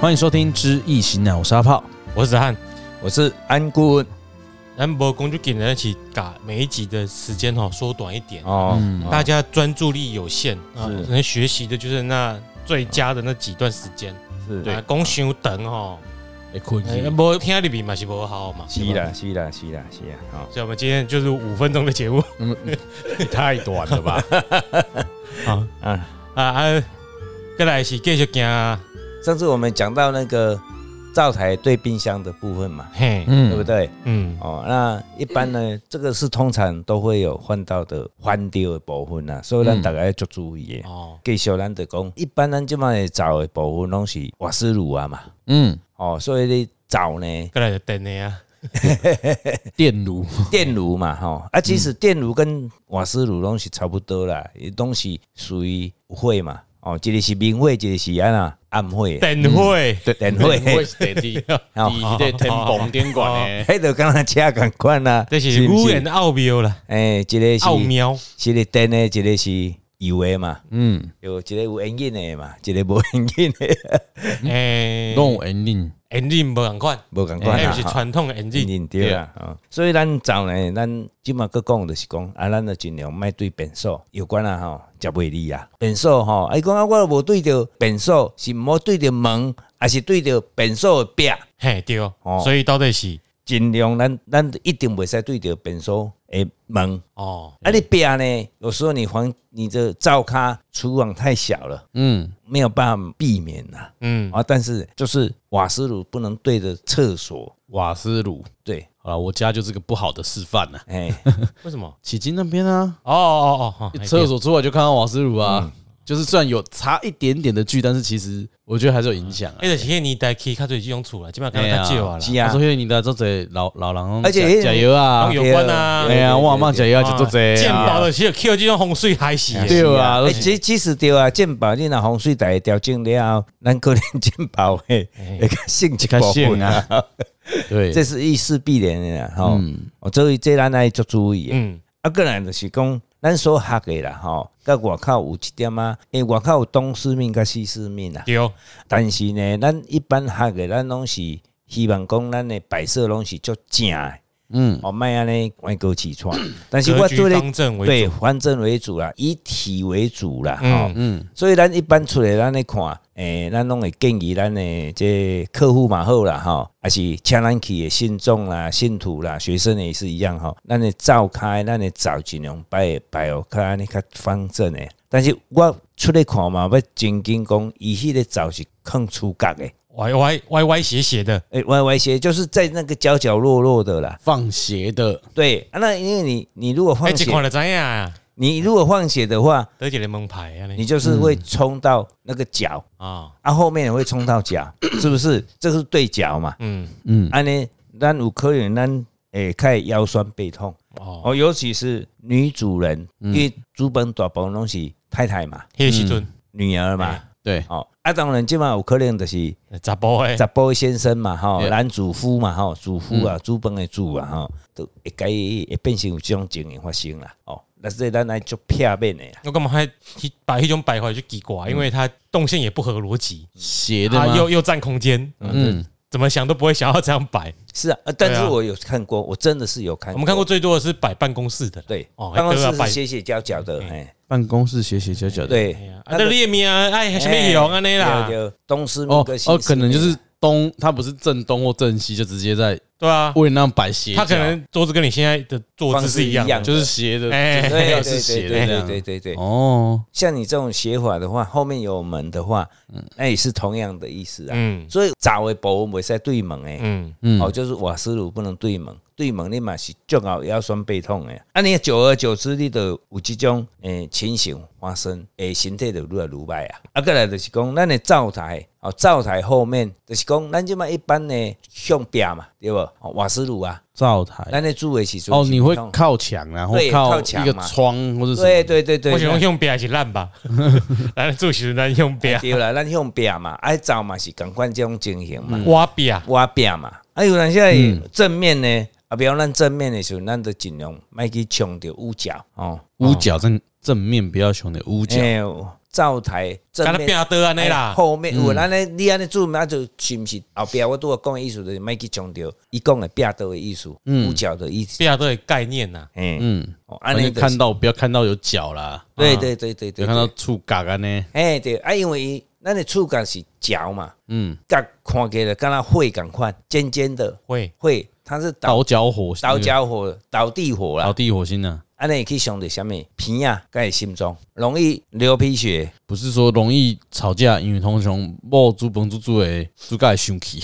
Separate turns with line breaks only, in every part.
欢迎收听《知易行难》，我是阿炮。
我是子翰，
我是安顾问
咱不工就给人一起把每一集的时间哈缩短一点，
哦，
嗯
大家专注力有限啊，
是
能学习的就是那最佳的那几段时间。
是
啊，讲伤长吼，
没困
哎无听入面嘛是无好嘛。
是啦，是啦，是啦，是啦，好，
所以我们今天就是五分钟的节目，
太短了吧？
啊
啊，
啊啊，过来是继续行，
上次我们讲到那个灶台对冰箱的部分嘛，
嘿，
嗯
对不？对？
嗯，
哦，那一般呢，这个是通常都会有换到的翻掉的部分啦，所以咱
嗯
大家要做注意的。
哦，
继续咱就讲，一般咱即卖会灶的部分拢是瓦斯炉啊嘛，
嗯，
哦，所以你灶呢
过来就等你啊，
电 炉，
电炉嘛，吼、啊，其
嗯
实电炉跟瓦斯炉拢是差不多啦，也拢是属于有火嘛，哦，一个是明火，一个是安那暗火，
等会，
电火。
会 是地 地
哦
迄个天崩顶管诶，
迄就敢若车共款啦，
这是
不
五人奥妙啦，
哎，一个
奥
是
妙，
一个电的，一个是油的嘛，
嗯，
有一个有烟瘾的嘛，一个无烟瘾的，
哎
弄 ending，
，engine 无同款，
无共款啊
哎，
啦。
不是
哈
传统的
烟
engine，
瘾对啦，哦所以咱早呢，咱即嘛佫讲就是讲，啊，咱就尽量莫对便所有关啊吼，食袂离啊，便所吼，啊，伊讲啊，我无对着便所，是毋好对着门，还是对着便所的壁，
嘿，对，
哦
所以到底是
尽量咱咱一定袂使对着便所的门。
哦，
啊，你壁呢？有时候你房你的灶咖厨房太小了，
嗯，
没有办法避免呐、
嗯，
啊，但是就是瓦斯炉不能对着厕所，
瓦斯炉
对，
啊，我家就是个不好的示范呐。啊
哎、
为什么？
迄金那边啊，
哦哦哦哦，
哎厕所出来就看到瓦斯炉啊，
嗯
就是虽然有差一点点的距，但是其实我觉得还是有影响啊。
哎，就是迄年代起较侪即种厝啦，即摆看
哎
较
呀
少啊啦
是，啊
我，说你的做这老老人，
而且哎
加油啊
拢！有关啊
哎呀，我阿妈加油就做这
鉴宝
啊，
的是有起有即种风水害死的，
对啊，
哎，其其实对啊，健保你若洪水台调整了 后，咱可能健保会会较性一
哎较
部
省
分
啊，对， 嗯
这是意事必然的啦，吼、哦，所以这咱爱做注意的。
嗯，
啊，个人就是讲，咱所学的啦，吼，甲外口有一点啊，因为外口有东市面甲西市面啦，
对，
但是呢，咱一般学的，咱拢是希望讲咱的摆设拢是足正的，
嗯，
哦，莫安尼歪钩起创。但是我
格局
做咧
方正为
对
主，
方正为主啦，以体为主啦，
嗯
哦，嗯，所以咱一般出来咱咧看，诶、咱拢会建议咱的这客户嘛好啦，吼、还是请咱去的信众啦、信徒啦、学生也是一样吼、咱的灶开，咱的灶尽量摆摆哦，较安尼较方正的。但是我出来看嘛，要真紧讲，伊迄个灶是空出角的，
歪歪歪歪斜斜的，
诶、歪歪斜，就是在那个角角落落的啦。
放斜的，
对，啊、那因为你你如果
哎，一
放血，
看就知影啊，
你如果放血的话，
得一个门牌啊
你
你
就是会冲到那个角，
啊，
啊，后面也会冲到脚，是不是？这是对角嘛？
嗯，
安尼，咱有可能咱会开始腰酸背痛
哦，嗯
哦，尤其是女主人，因为主本大部分拢是太太嘛、
迄个时阵
女儿
哎
嘛，
对，
哦，啊，当然即嘛有可能就是
查甫诶，
十波先生嘛，吼，
哎
对
男主夫嘛，吼，主夫
嗯
啊，主本的主啊，吼，都会改会变成有这种情形发生啦，哦，那所以咱来做片面的啦，
我干嘛还摆迄种摆法就奇怪，因为它动线也不合逻辑，
斜的
它
啊
吗？
又又占空间，
嗯，
怎么想都不会想要这样摆。
是啊，呃但
对
是
啊
我有看过，我真的是有看，
我们看过。最多的是摆办公室的啦，
对，
哦
办公
还
室
都要摆
是斜斜角角的，哎，
办公室斜斜角角的，
哦
对
哎呀，啊，
那
这
个
列面啊，哎，什么用安尼啦，
对，对东师
哦
那个
哦，可能就是东，它不是正东或正西，就直接在
对啊，
为了让摆斜角，
他可能桌子跟你现在的坐姿是一样的，
方式一样
就是斜的，
哎
就是
对
要
对
是
对
斜的
对
这
对
样，
对对对，
哦，
像你这种写法的话，后面有门的话，那也是同样的意思啊。
嗯
所以早的保温不在对门诶，
嗯，
哦，就是瓦斯炉不能对门，对门你嘛是最好腰酸背痛诶。啊，你久而久之，你就有这种诶情形发生，诶，身体就愈来愈歹啊。啊，再来就是讲，咱的灶台哦，灶台后面就是讲，咱即嘛一般呢向壁嘛，对不？哦瓦斯炉啊，
灶台
咱在煮的时候
哦，你会
是用
靠墙啊，然后
对
靠
靠
一
墙
个
嘛
窗或者什
对
么，
对对对，
我想用笔还是烂 吧，咱做时咱用啊笔
对，对啦，咱用壁嘛，爱走嘛是共款这种情形嘛，
挖笔啊，
挖壁嘛。啊，有人现在正面呢，啊，比方咱正面的时候，咱就尽量莫去冲着屋角哦。
屋角正正面不要熊的屋角，
哎，灶台正
敢那
面
变得安尼
哎
啦，
后面有安尼，你安尼做，那就是毋是后壁我拄仔讲的意思，就是莫去强调，伊讲的壁刀的意思，五角的意思，
变得的啊概念呐，
嗯，
嗯，
哦安
反
尼
正
就是
看，到不要看到有脚啦，
对对对对
不
对，
要看到
对，
触角啊呢，
哎对，啊，因为伊咱的触感是角嘛，
嗯，
甲看起来敢若火共款，尖尖的
会
火，它是倒
刀绞火，
倒，家火、倒地火
倒
啦，
地火星啊，
安尼会去伤着什物鼻啊，甲伊心脏容易流鼻血，
不是说容易吵架，因为通常某猪崩猪猪的猪会生气，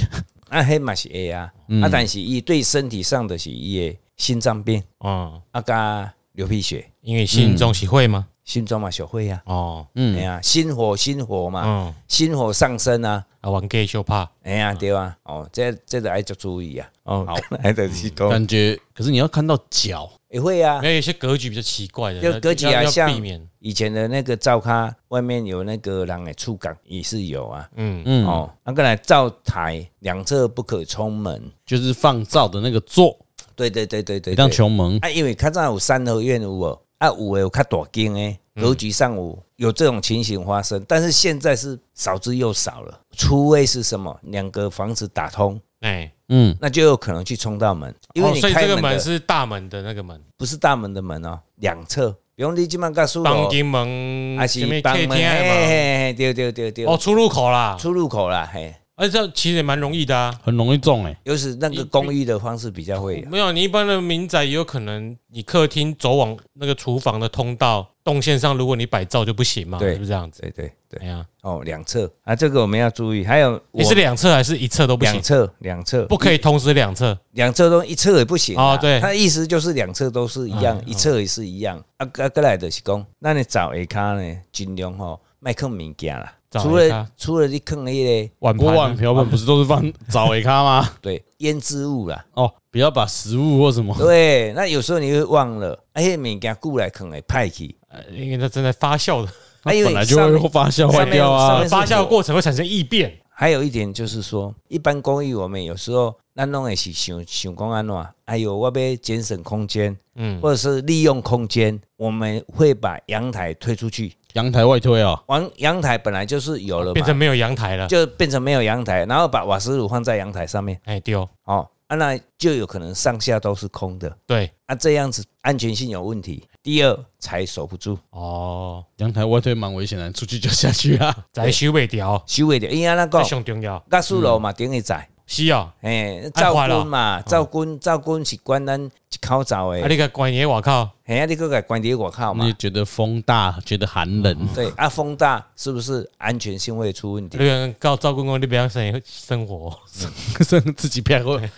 啊，迄嘛是会啊，
嗯
啊，但是伊对身体上的是伊的心脏病
哦，
啊，甲流鼻血。
因为心中是会吗？
心脏嘛，小会啊，
哦，
哎呀，心火心火嘛，
嗯，
心火上升啊，
啊，玩 gay 就怕，
哎呀，对啊，哦，这这个爱足注意啊，哦， 还得去讲，
感觉，可是你要看到脚，
也会啊，
没有有些格局比较奇怪的，
就格局啊，
哎要要
像
避免，
以前的那个灶咖外面有那个人的触感也是有啊，
嗯，
嗯，
哦，那个来灶台两侧不可冲门，
就是放灶的那个座，
对对对对对，
一当
对
穷门，
啊，因为较早有三合院有无，啊有的有较大间诶，格局上有有这种情形发生，但是现在是少之又少了。除非是什么，两个房子打通，
哎，
嗯，
那就有可能去冲到门，因为
哦
你
所以
开
这个
门的、
门是大门的那个门，
不是大门的门哦，两侧，比如你今晚告诉
当
我，
金门，
还
前
哦啊是
面
帮门，
客厅
嘿
的
嘿
门
嘿，对对对对，
哦，出入口啦，
出入口啦，嘿，
而这其实也蛮容易的啊。
很容易中哎、
尤其是那个公寓的方式比较会，
没有，你一般的民宅也有可能，你客厅走往那个厨房的通道动线上，如果你摆灶就不行嘛，
对
是不是这样子？
对对对
哎，呀，
哦，两侧啊，这个我们要注意，还有
你
我
是两侧还是一侧都不
两
行？
侧两侧
不可以同时两侧。
两侧都一侧也不行啊。
哦对嗯
他的意思就是两侧都是一样，一侧也是一样。啊，啊，过来就是讲，那你找下卡呢，尽量吼，卖放物件啦。
找
除
下
了
骹
除了你放迄个
碗
锅
盘
碗
啊
瓢盆不是都是放早尾咖吗？
对腌制 物啦，
哦，不要把食物或什 么，
对，那有时候你会忘了，啊，迄物件过来放会歹去，
呃因为它正在发酵 的，
啊，因
本来就会发酵坏掉
上
啊
面。是
发酵
火
的过程会产生异变。
还有一点就是说，一般公寓我们有时候咱拢会是想想讲安怎，哎呦，我要节省空间，
嗯，
或者是利用空间，我们会把阳台推出去。
阳台外推哦，
往阳台本来就是有了
变成
嘛，
没有阳台了。
就变成没有阳台，然后把瓦斯炉放在阳台上面，
哎，丢，
哦，啊、那就有可能上下都是空的，
对，
啊，这样子安全性有问题。第二，财守不住，
哦，
阳台外推蛮危险的，出去就下去啊。
在修尾条，
收尾的，因为那
这
个
上重要。
甲树楼嘛，顶一载，
是啊，
哎，
啊
赵
坏了
君嘛，赵君赵君是关咱一口罩
啊，
的，
你个关爷我靠，
嘿啊，你个个关伫外口
你
嘛，
觉得风大，觉得寒冷，
对，啊，风大是不是安全性会出问
你
题？
个告照顾我，你不要生生活，
自己偏会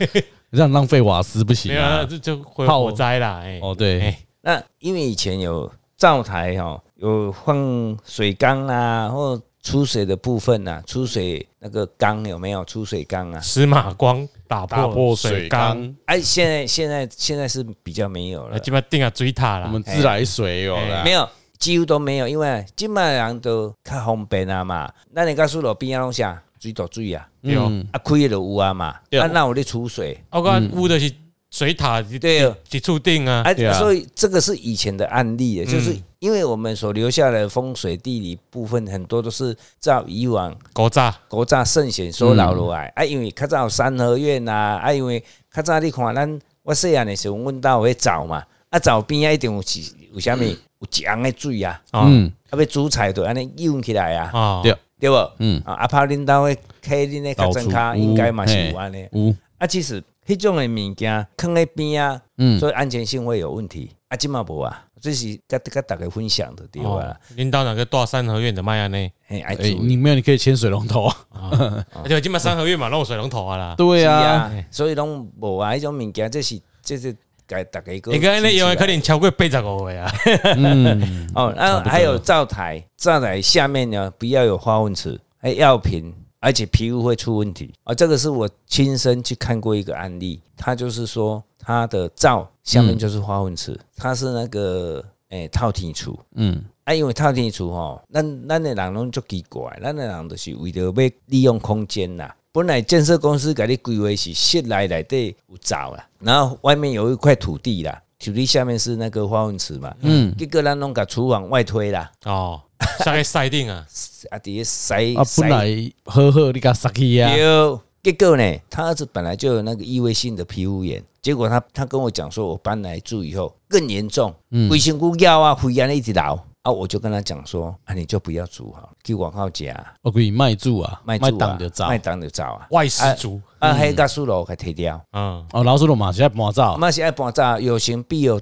这样浪费瓦斯不行
没有啊，
啊。
这就会
泡
火灾啦。哎，
哦，对，
哎，
那因为以前有灶台哦，有放水缸啊，或出水的部分啊，出水那个缸有没有出水缸啊？
司马光打
打
破
破
水
水
缸，
缸，
哎、现在现在现在是比较没有
那
了，
基本定啊水塔
我
啦。
们自来水有啦
没。有。几乎都没有，因为今麦人都较方便啊嘛。那你告诉路边啊拢啥水都水啊，
对哦
嗯，
啊开的就有啊嘛，
对
啊那有咧出水，
我讲屋的是水塔，
对哦
是注定啊。
啊
对嗯啊嗯
所以这个是以前的案例的，就是因为我们所留下的风水地理部分很多都是照以往
古早
古早圣贤所留落来，啊，因为较早有三合院啊，啊，因为较早你看咱我细汉的时候，阮兜会灶嘛，啊，灶边啊一定有是有啥物，有一红的水啊，
啊
嗯，
啊，要煮菜就安尼用起来啊，
啊，
对
对无？
嗯
啊，啊，拍恁兜的开恁的较
到
真
处
卡，应该嘛是有安尼。
屋，
啊，其实迄种的物件放在边啊，
嗯，
所以安全性会有问题。啊，即嘛无啊，这是甲甲大家分享的对
哦
啊，，
领导哪个大三合院的卖安呢？
嘿，爱注
哎，你
意
没有，你可以牵水龙头啊。
而且今麦三合院嘛，弄水龙头啊啦。
对
是
啊，
啊，所以拢无啊，迄种物件这是这是甲大家个。
你讲那有啊
啊
人可能超过八十五岁啊，
嗯，
啊哦，然后还有灶台，灶台下面呢不要有化粪池，还有哎药品，而且皮肤会出问题啊、这个是我亲身去看过一个案例，他就是说他的灶下面就是化粪池，他是那个诶、套体厨。
嗯，
啊，因为套天厝吼，咱咱的人拢足奇怪，咱的人就是为着要利用空间啦。本来建设公司给你规划是室内内底有灶啦，然后外面有一块土地
嗯
啦，土地下面是那个化粪池嘛，嗯，结果咱拢把厨房外推啦，
哦，大概塞 定啊，
啊，底下塞
啊，
塞
本来呵呵，你给他杀去呀，
有结果呢，他儿子本来就有那个异位性的皮肤炎，结果他他跟我讲说，我搬来住以后更严重，
嗯
微信菇药啊、灰啊一直熬啊，我就跟他讲说，啊，你就不要煮好了，去广告家
我给你卖住啊，
卖
卖
煮
档
啊
就走，嗯
卖档就走啊，
外食族，
啊，黑加苏楼给提掉，
嗯，
哦，老鼠罗嘛，现在搬走，
那是爱搬走，有形必有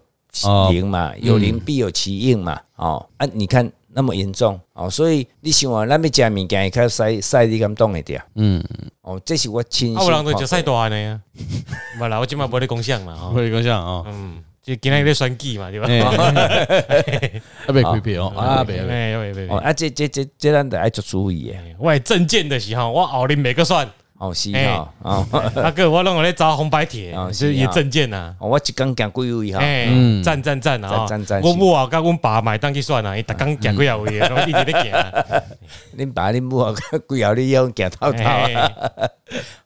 哦
灵嘛，有灵必有其应嘛，哦啊，你看。那么严重哦，所以你想啊，咱要食物件，较使使你敢冻会掉
嗯，
哦，这是我亲身
啊，有人就
看
食
过
塞大呢啊，不啦，我今晚无咧讲相啦，吼，
会个像 哦，
嗯，就今天咧选举嘛，对吧？
哎，啊被亏皮哦，啊别别，
哎，喂喂
哦，
喂，
啊，这这这这咱得爱做注意诶，
我的证件的时候，我后面每个算，
哦是
哎
吼，哦，
呃
啊个我拢有咧找红白帖
哦
啊，是
就是也
啊
证件呐。
哦我一工行几位哦哈，
哎，
嗯
赞赞赞啊！
赞赞赞
我母啊，甲阮爸买单去算啊，伊逐工行几啊位的，我一直咧 行啊。
恁爸恁母啊， 几号你要行透透啊，
哎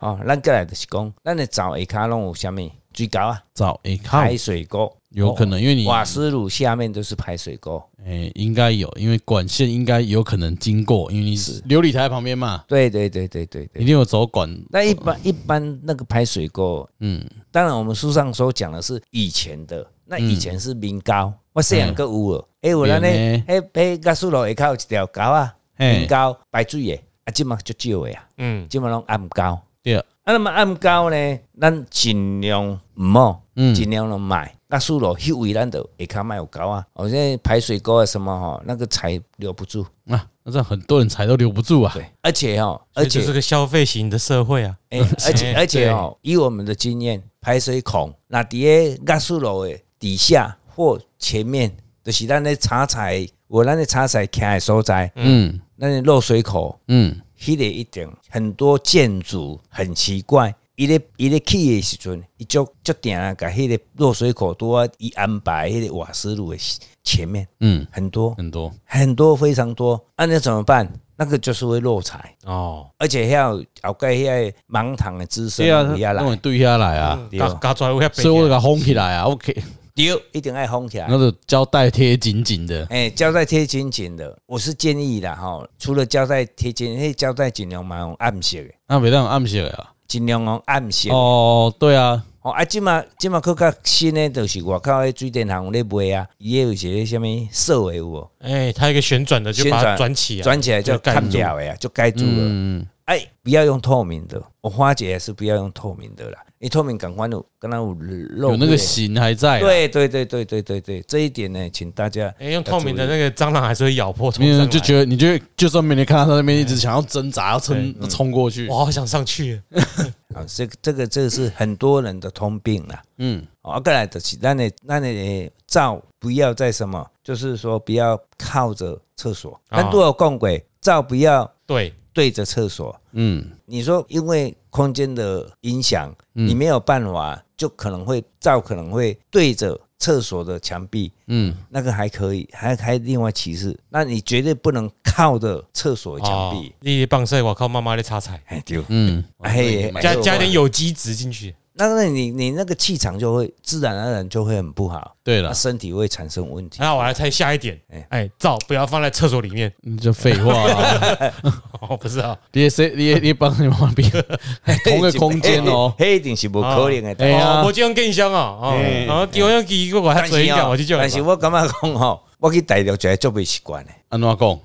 哦，咱过来就是讲，咱的灶下骹拢有啥物？水沟啊，
早一看
排水沟，
有可能，因为你
瓦斯炉下面都是排水沟，
哎应该有，因为管线应该有可能经过，因为你琉璃台旁边嘛，
对对对对对
一
对。
定有走管，
那一般一般那个排水沟，
嗯，
当然我们书上所讲的是以前的，那以前是民高，我细汉个有哦，哎，我那呢
嗯有呢，
哎，哎，甲树楼下骹有一条沟啊，
嘿
民高排水的，啊，即嘛足少的啊。
嗯，
即嘛拢暗交。
对，
啊，那么暗交呢，咱尽量毋好，
嗯
尽量拢买。那输落迄位咱就下骹卖有搞啊，好像排水沟啊什么吼，那个财留不住。
啊，那这样很多人踩都留不住啊，
对，而且哦，
而
而
且是
且
个消费型的社会啊。
哎，而且而且哦，以我们的经验，排水孔那伫诶压输落的底下或前面，就是咱咧茶菜，我咱咧茶菜徛的所在，
嗯
咱的落水口。
嗯，
迄个一定很多建筑很奇怪，伊咧伊咧起的时阵，伊就就定啊，甲迄个落水口拄啊，伊安排迄个瓦斯炉的前面，
嗯，
很多
很多，
很多非常多，那、你怎么办？那个就是会漏财，
哦，
而且遐后盖遐盲堂的滋生
对啊，
不要
那我
来，嗯
对下来啊，
对
加加出来我遐
所以我给它封起来啊，OK，
对，一定爱封起来。
嗯
那个胶带贴紧紧的，
哎、胶带贴紧紧的，我是建议啦吼，除了胶带贴紧，迄胶带尽量买用暗色的，
那别让暗色的啊，
尽量用暗色的。
哦，对啊，
哦，啊，即马即马佫较新诶，就是外口诶水电行有咧卖啊，伊迄有一个啥物锁诶有无？
哎，它一个旋转的就把它转起啊，
转起来就
盖
看
住
不了诶啊，就盖住了。
嗯，
哎，不要用透明的，我花姐也是不要用透明的啦，你透明感官有，刚刚有漏
有那
过
个形还在，，啊
对对对对对对对，这一点呢，请大家
啊哎，用透明的那个蟑螂还是会咬破
没
冲
有
上
就
来。
觉得你就就算没人看到他那边一直想要挣扎要冲冲过去
我，好想上去，
啊，这个这个这个是很多人的通病啦。
嗯，
哦，过来就是咱的咱的灶不要在什么，就是说不要靠着厕所，咱都有讲过，灶不要
对，
对着厕所。
嗯，
你说因为空间的影响，你没有办法，就可能会照可能会对着厕所的墙壁，
嗯，
那个还可以，还还另外歧视。那你绝对不能靠着厕所的墙
哦
壁，，
你棒晒，我靠，妈妈在擦菜，
哎丢，
嗯，
哎
加加点，有机质进去，
那那你你那个气场就会自然而然就会很不好，
对啊
那
了，
啊身体会产生问 题。，
然后我来猜下一点，哎，皂不要放在厕所里面，
你就废话啊，
哦，不是啊，
你也谁你也你也帮你妈比同个空间哦
嘿，一定是不可能的
哎。呀
哦，我就用更香啊，哦，
哎
然后丢上机过来
但
嘴
是
一
哦
我就叫你吧，
但是我感觉讲吼，我去大陆就会做不习惯的。
安怎讲？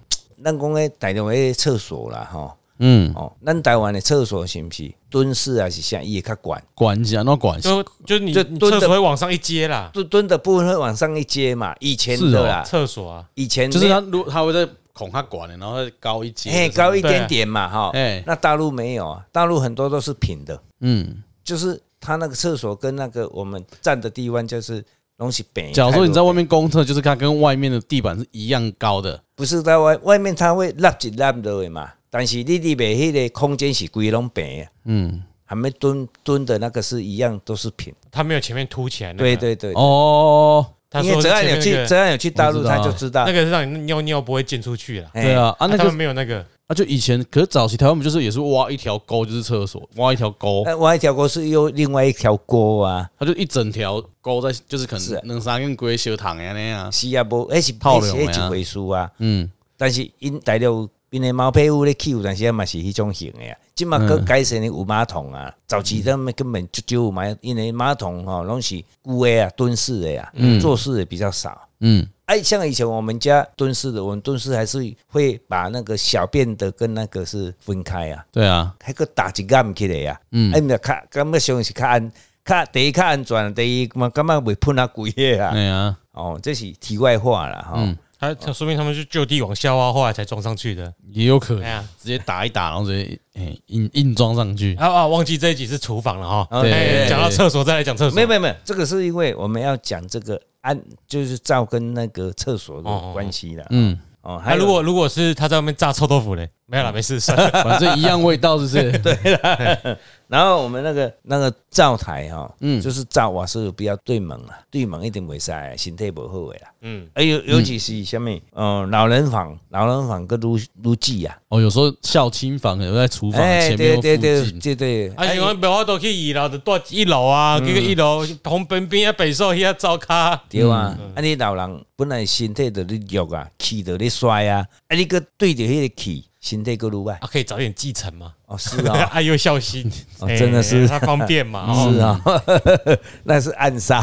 咱讲诶，大陆诶厕所啦，吼。
嗯，
哦，咱台湾的厕所是不是蹲式还是啥，伊会较悬，
管是安怎管？
就就你
就
你
蹲
厕
着
所会往上一接啦，
蹲蹲的部分会往上一阶嘛，以前的啦，
厕所啊，
以前
哦就是
没
他如他会在孔他管的，然后再高一阶，
嘿高一点点嘛哈
哎，
那大陆没有啊，大陆很多都是平的，
嗯，
就是它那个厕所跟那个我们站的地方就是东西北。
假如说你在
看
外面公厕，就是它跟外面的地板是一样高的，
不是在外外面，它会立一立落的嘛，但是你里面迄个空间是规拢平的，
嗯，
还没蹲蹲的那个是一样都是平。
它没有前面凸起来那个，
对对对，
哦，
他
因
说
为
是
泽
前
安有
面那
去
个
泽安有去大陆，
我知道
他就知道
那个是让你尿尿不会溅出去啦，
哎
对啊，啊那
他
个
们没有那个，
啊就以前，可是早期台湾我们就是也是挖一条沟就是厕所，挖一条沟，
那挖一条沟是又另外一条沟啊，
它就一整条沟在，就是可
是
能能三根龟修糖呀那样啊，
是啊，无那是
套
那是
用的啊
那是一回事啊。
嗯，
但是因大陆因的毛坯屋咧起有，但是嘛是迄种型的啊。即嘛佫改成咧有马桶
嗯
啊，早期他们根本就就有马，因为马桶吼拢是旧的啊，蹲式的啊，
嗯
坐式的比较少。
嗯，
哎，像以前我们家蹲式的，我们蹲式还是会把那个小便的跟那个是分开啊，
对啊，
还个打一暗起来啊。嗯，哎，毋是较感觉上是较安，较第一较安全，第二嘛感觉袂喷啊贵个啊。
对啊，
哦，这是题外话啦。哈。
他他说明他们是就地往下挖，后来才装上去的。
也有可
哎
能
呀
直接打一打，然后直接哎硬硬装上 去。
啊啊，忘记这一集是厨房了哈。
哦对
哎
对
讲到厕所再来讲厕所。啊
没有没有没有，这个是因为我们要讲这个按就是照跟那个厕所的关系啦。
嗯，
哦，
那
还有
如果如果是他在外面炸臭豆腐嘞，没有了，没事，算了。
反正一样味道，是不是？对，
然后我们那个那个灶台哈、嗯，
嗯
就是灶瓦是不要对门啊，对门一定袂使，身体不好的啦。
嗯，
哎尤尤其是什么，嗯、呃，老人房，老人房跟如如记啊，
哦，有时候校亲房有在厨房前
哎，
面
对
或
对对
附近，
对对，
啊，因为不要都去二楼，就住一楼啊，这个一楼红本边啊，北寿遐糟咖。
对啊，
嗯
啊你老人本来身体就咧弱啊，气就咧衰啊，啊你个对着迄个气，身体个如外
啊，可以早点继承嘛？
哦是啊、
啊，又孝心，
哦
哎
真的是
他方便 嘛？哦
是啊、那是暗杀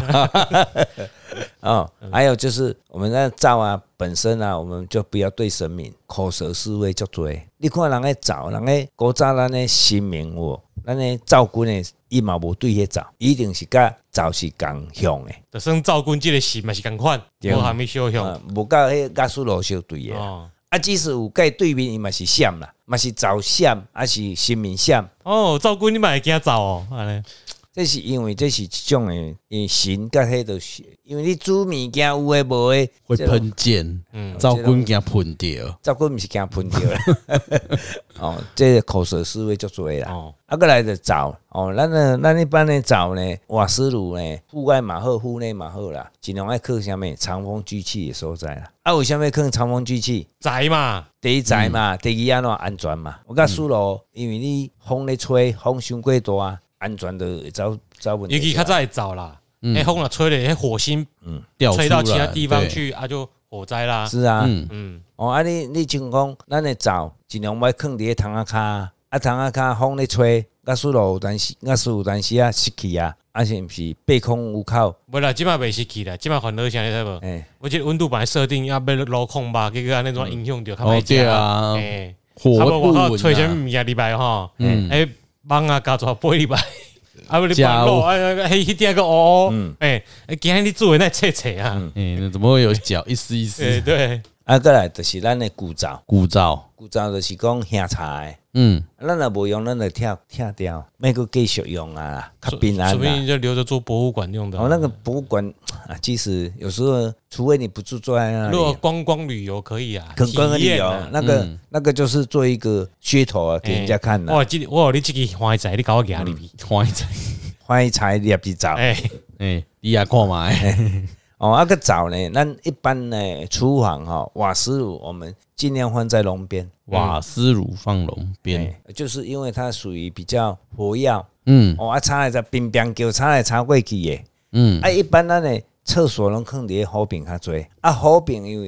哦。
嗯
还有就是我们那灶啊，本身啊，我们就不要对神明口舌是非作多。你看人家灶，人家古早咱的神明哦，咱的灶君呢，伊嘛无对迄灶，一定是甲灶是共向的，
就算照顾这个事嘛是共款，
对
我还没修
啊
向。，
无甲迄个苏罗相对的。
哦
啊，即使有盖对面，伊嘛是闪啦，嘛是灶闪，啊是神明闪。
哦，照顾你嘛会惊走哦，安尼
这是因为这是一种的，因神甲迄都是，因为你煮物件有诶无诶，
会
这种
喷溅，照棍给它喷掉。
照顾毋是惊喷 着啦。 哦，这个口舌是非足多啦。
哦
啊，过来就灶哦，咱呢，咱一般的灶呢，瓦斯炉呢，户外嘛好，户内嘛好啦，尽量爱放啥物藏风聚气的所在啦。啊，为啥物放藏风聚气？
宅嘛，
第一宅
嗯
嘛，第二安怎安全嘛？我甲输咯，因为你风咧吹，风伤过大，安全就会走走问
尤其较
题啦。
早会走啦。哎，风若吹了，迄火星
掉出
吹到其他
来，
地方
对，
去啊，就火灾啦。
是啊，
嗯，
嗯，
哦，啊你你像讲，咱的灶尽量莫放伫咧窗仔骹，啊窗仔骹风咧吹，啊输落有当时，啊输有当时啊湿气啊，啊是毋是背空有口？
不啦，即摆袂失去啦，即摆烦恼啥你知无？
诶、
我记得温度本来设定要被镂空吧，结果安尼种影响着较
哦
歹食
对啊
哎，
火
差不
会
多
不
我靠，
稳
吹啥
啊。
物件礼拜吼，
嗯
哎，蚊啊加抓八礼拜，啊不你放
家务
落，哎哎迄迄点个乌乌，哎，哎今天你做的那切切啊，
哎，那怎么会有脚一丝一
对
丝
对，
啊过来就是咱的古灶，
鼓噪？
古灶就是讲下柴，
嗯，
啊咱若无用，咱就拆拆掉，莫个继续用啊啦，较
说
平安
说不定
啦。
就留着做博物馆用的
哦，。那个博物馆啊，其实有时候，除非你不住坐在那里
如，果观光旅游可以啊，
跟跟个
体
理
验
由
啊，
哦那个、那个就是做一个噱头啊，给人家看的、
哇，这哇你这个花仔，你搞我压力比，
嗯欢迎
欢迎柴入去灶。
哎，
哎，你也看嘛？哎
哦，啊个灶呢，咱一般呢厨房哈、瓦斯炉我们尽量放在笼边，
瓦斯炉放笼边，
哎就是因为它属于比较活药
嗯
哦，啊插来在冰冰叫插来插过去的，
嗯，
啊一般咱呢厕所拢放伫咧好饼较多，啊好饼又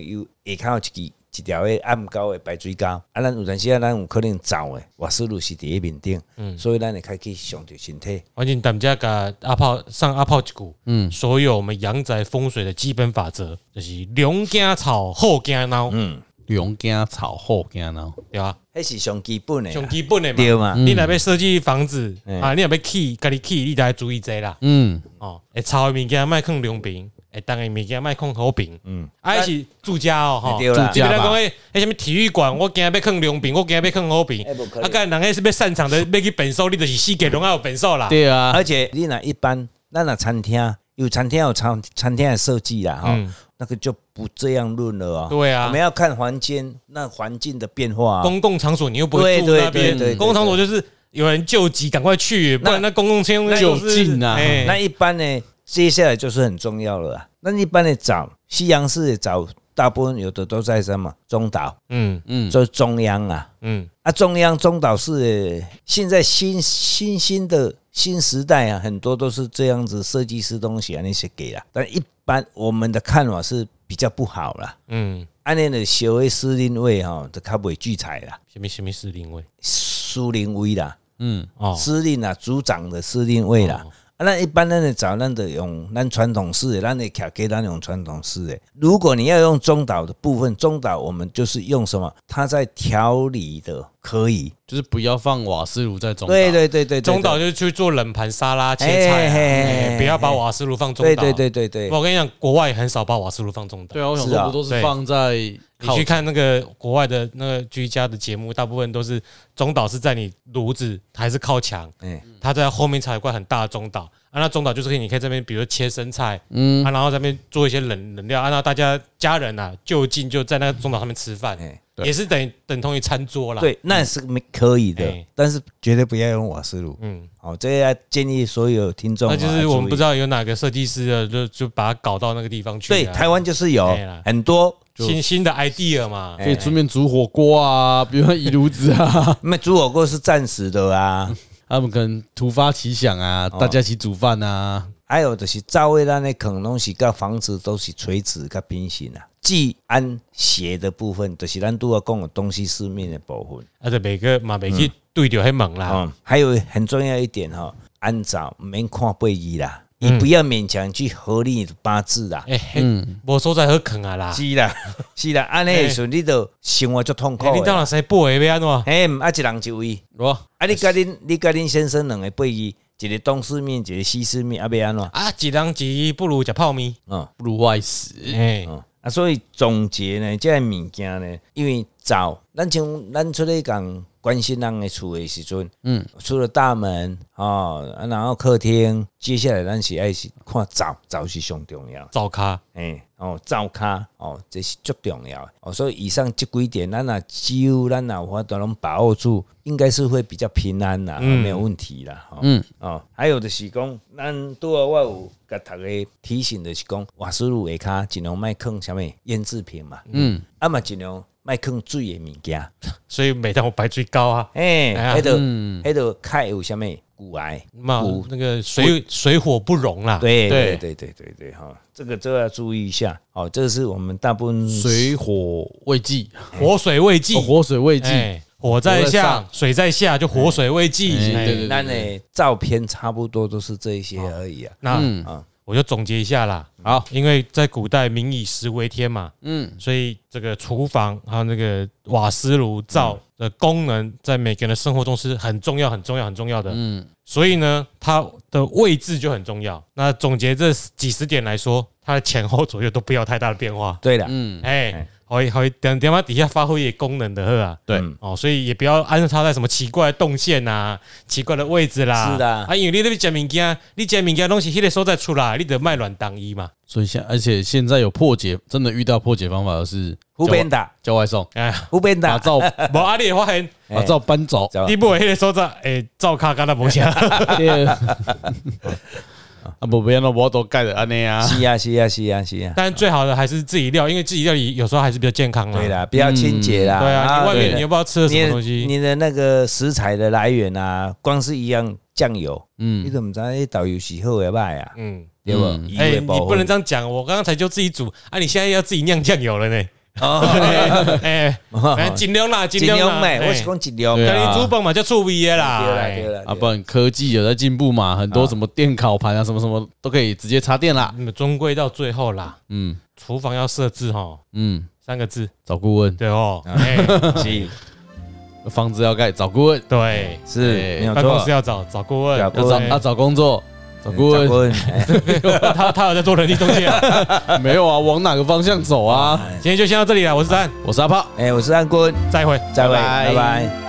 又下骹有一支。一条诶暗沟诶排水沟，啊，咱有阵时啊，咱有可能走诶，瓦斯炉是伫咧面顶，
嗯
所以咱会较去伤着身体。
完全咱们家甲阿炮上阿炮一句，嗯，所有我们阳宅风水的基本法则就是龙惊草，后惊猫，
嗯
龙惊草后啊惊呢？
对吧？
迄是上基本的
上
啦，
基本的嗯
对
嘛。
嘛？
你若要设计房子
嗯
啊，你若要起，家己起，你就要注意这啦。
嗯，
哦，会臭的物件卖放两边，会重的物件卖放好边。嗯，啊，那是住家哦，吼。
对啦
住
你
家
别
吧
讲迄迄什物体育馆，我今日要放两边，我今日要放五边
哎不可，能
啊，干人迄是要擅长的，要去本手，你就是四界拢要有本手啦。
对啊，
而且你若一般，咱若餐厅有餐厅有餐餐厅的设计啦，哈、
嗯
那个就不这样论了哦。
对啊
我们要看环境，那环境的变化、啊。
公共场所你又不会
对
住
对
那边
对对对，
公共场所就是有人救急，赶快去，不然那公共车用
就近啊
哎
那一般呢，接下来就是很重要了啊。那一般的找西洋式的找，大部分有的都在什么中岛，
嗯
嗯
就是中央啊。
嗯，
啊，中央中岛是现在新新兴的新时代啊，很多都是这样子设计师东西啊那些给啦。但一般我们的看法是比较不好啦。
嗯，
安尼的小的司令位吼，就较袂聚财啦，
什么什么司令位
司令位啦，
嗯
哦，
司令啦，组长的司令位啦。啊，咱一般咱的找咱的用咱传统式的，咱的卡给咱用传统式的。如果你要用中岛的部分，中岛我们就是用什么？它在调理的可以。
就是不要放瓦斯炉在中岛。
对对对对，对
中岛
对
就去做冷盘沙拉切菜啊，
嘿嘿嘿
哎不要把瓦斯炉放中
对
岛。
对对对对，
我跟你讲，国外很少把瓦斯炉放中岛
对。啊，我想
是啊
说不都是
对
放在
你
靠
去看那个国外的那个居家的节目，大部分都是中岛是在你炉子还是靠墙，
哎，
它在后面才有一块很大的中岛啊。那中岛就是可以，你可以这边比如切生菜，嗯，啊，然后这边做一些冷冷料，啊，那大家家人啊就近就在那个中岛上面吃饭
哎，
也是等于等同于餐桌啦。，
对，那是没可以的
哎，
但是绝对不要用瓦斯炉。
嗯，
哦，这个要建议所有听众啊，
那就是我们不知
道，
道有哪个设计师啊，就就把它搞到那个地方去啊。
对，台湾就是有
哎啦
很多，
新新的 idea 嘛，
可以出面煮火锅啊，比如说移炉子 啊，
那煮火锅是暂时的啊，
他们可能突发奇想啊，大家一起煮饭啊，
还有就是照位咱的坑拢是甲房子都是垂直甲平行啊。既安斜的部分，就是咱都要讲的东西四面的部分。
啊，就每个嘛，每去对着黑猛啦，
啊、还有很重要一点哈、哦，按照免看背义啦，你不要勉强去合理的八 字啦。
哎，我收在喝坑啊啦，
嗯是啦，是啦，安尼的时候你就生活就痛苦
哎你
的
当
啦。
然谁不会安怎样？
哎，啊，一人一位。
哇，
啊，你甲恁你甲恁先生两个背伊，一个东四面，一个西四面，啊，要安怎？
啊，一人一不如食泡面，
嗯
不如外食。
哎，
嗯，啊，所以总结呢，这个物件呢，因为早咱像咱出来讲关心人的厝的时阵，嗯，出了大门哦，啊，然后客厅，接下来咱是爱是看灶，灶是上重要的。
灶咖
诶、哦，灶卡哦，这是最重要的哦。所以以上这几点，咱若几乎咱若有法都能把握住，应该是会比较平安啦，啊没有问题啦。哦、嗯，哦，还有就是讲，咱拄啊，我有甲大家提醒的是讲，瓦斯炉下骹尽量卖放啥物腌制品嘛，嗯，啊嘛尽量卖放水的物件，
所以每当我白最高啊，
诶、
哎呀
迄个迄个较有啥物骨癌。
嘛那个水水火不容啦，
对
对
对对对对对哈，这个都要注意一下哦。这是我们大部分
水火未济，
火水未济
哦，火水未济，
哎火在
火在
下
上，
水在下，就火水未济，
哎对
哎
对对
那呢，照片差不多都是这一些而已
哦
啊。
那我就总结一下啦。
嗯好，
因为在古代民以食为天嘛，嗯，所以这个厨房还有那个瓦斯炉
嗯
灶的功能，在每个人的生活中是很重要、很重要、很重要的。嗯，所以呢，它的位置就很重要。那总结这几十点来说，它的前后左右都不要太大的变化。
对了，
嗯，哎，好，好，等点嘛底下发挥也功能的呵啊。
对
嗯
哦，所以也不要安插在什么奇怪的动线啊、奇怪的位置啦。
是的
啊，因为你那边食物件，你食物件拢是迄个所在出来，你得卖乱当一嘛。
所以现而且现在有破解，真的遇到破解方法就是
湖
叫
边
外
打，
叫外送，
哎，
湖边
把
打，
灶
无啊，你会发 现
把灶搬走，
走
你不会迄个所在，诶，灶卡干那无啥。
啊不不要那我都盖的安尼啊，
是啊是啊是啊是啊，
但最好的还是自己料，因为自己料理有时候还是比较健康嘛。啊
对，啦，比较清洁啦。
对啊，你外面你又
对
不知道吃了什么东
你的
西，
你的那个食材的来源啊，光是一样酱油，嗯，你怎么知道那导游是好的歹啊？
嗯，
对不？
哎，你不能这
样
样讲，我刚才就自己煮，啊，你现在要自己酿酱油了呢。
哦，
哎，哎尽量啦，尽
尽
量啦
量，买，
哎
我是讲尽量
对
但
啊
你煮饭嘛叫趣味的啦。
对啦
哎
对啦，
啊，
对
不然科技有在进步嘛，很多什么电烤盘啊，什么什么都可以直接插电啦。
嗯，终归到最后啦，
嗯
厨房要设置哈，
嗯，
三个字，
找顾问，
对哦，哎，
是
房子要盖找顾问，
对，
是
哎
没有
办公室
错，
要找找顾问，
找顾
要找
对
啊找工作找顾
嗯
问，
问，哎
他他有在做人力中介 啊。
没有啊，往哪个方向走啊？
哎今天就先到这里了，我是三，
我是阿炮。
哎，我是安坤，
再会。
再会，
拜拜
拜拜。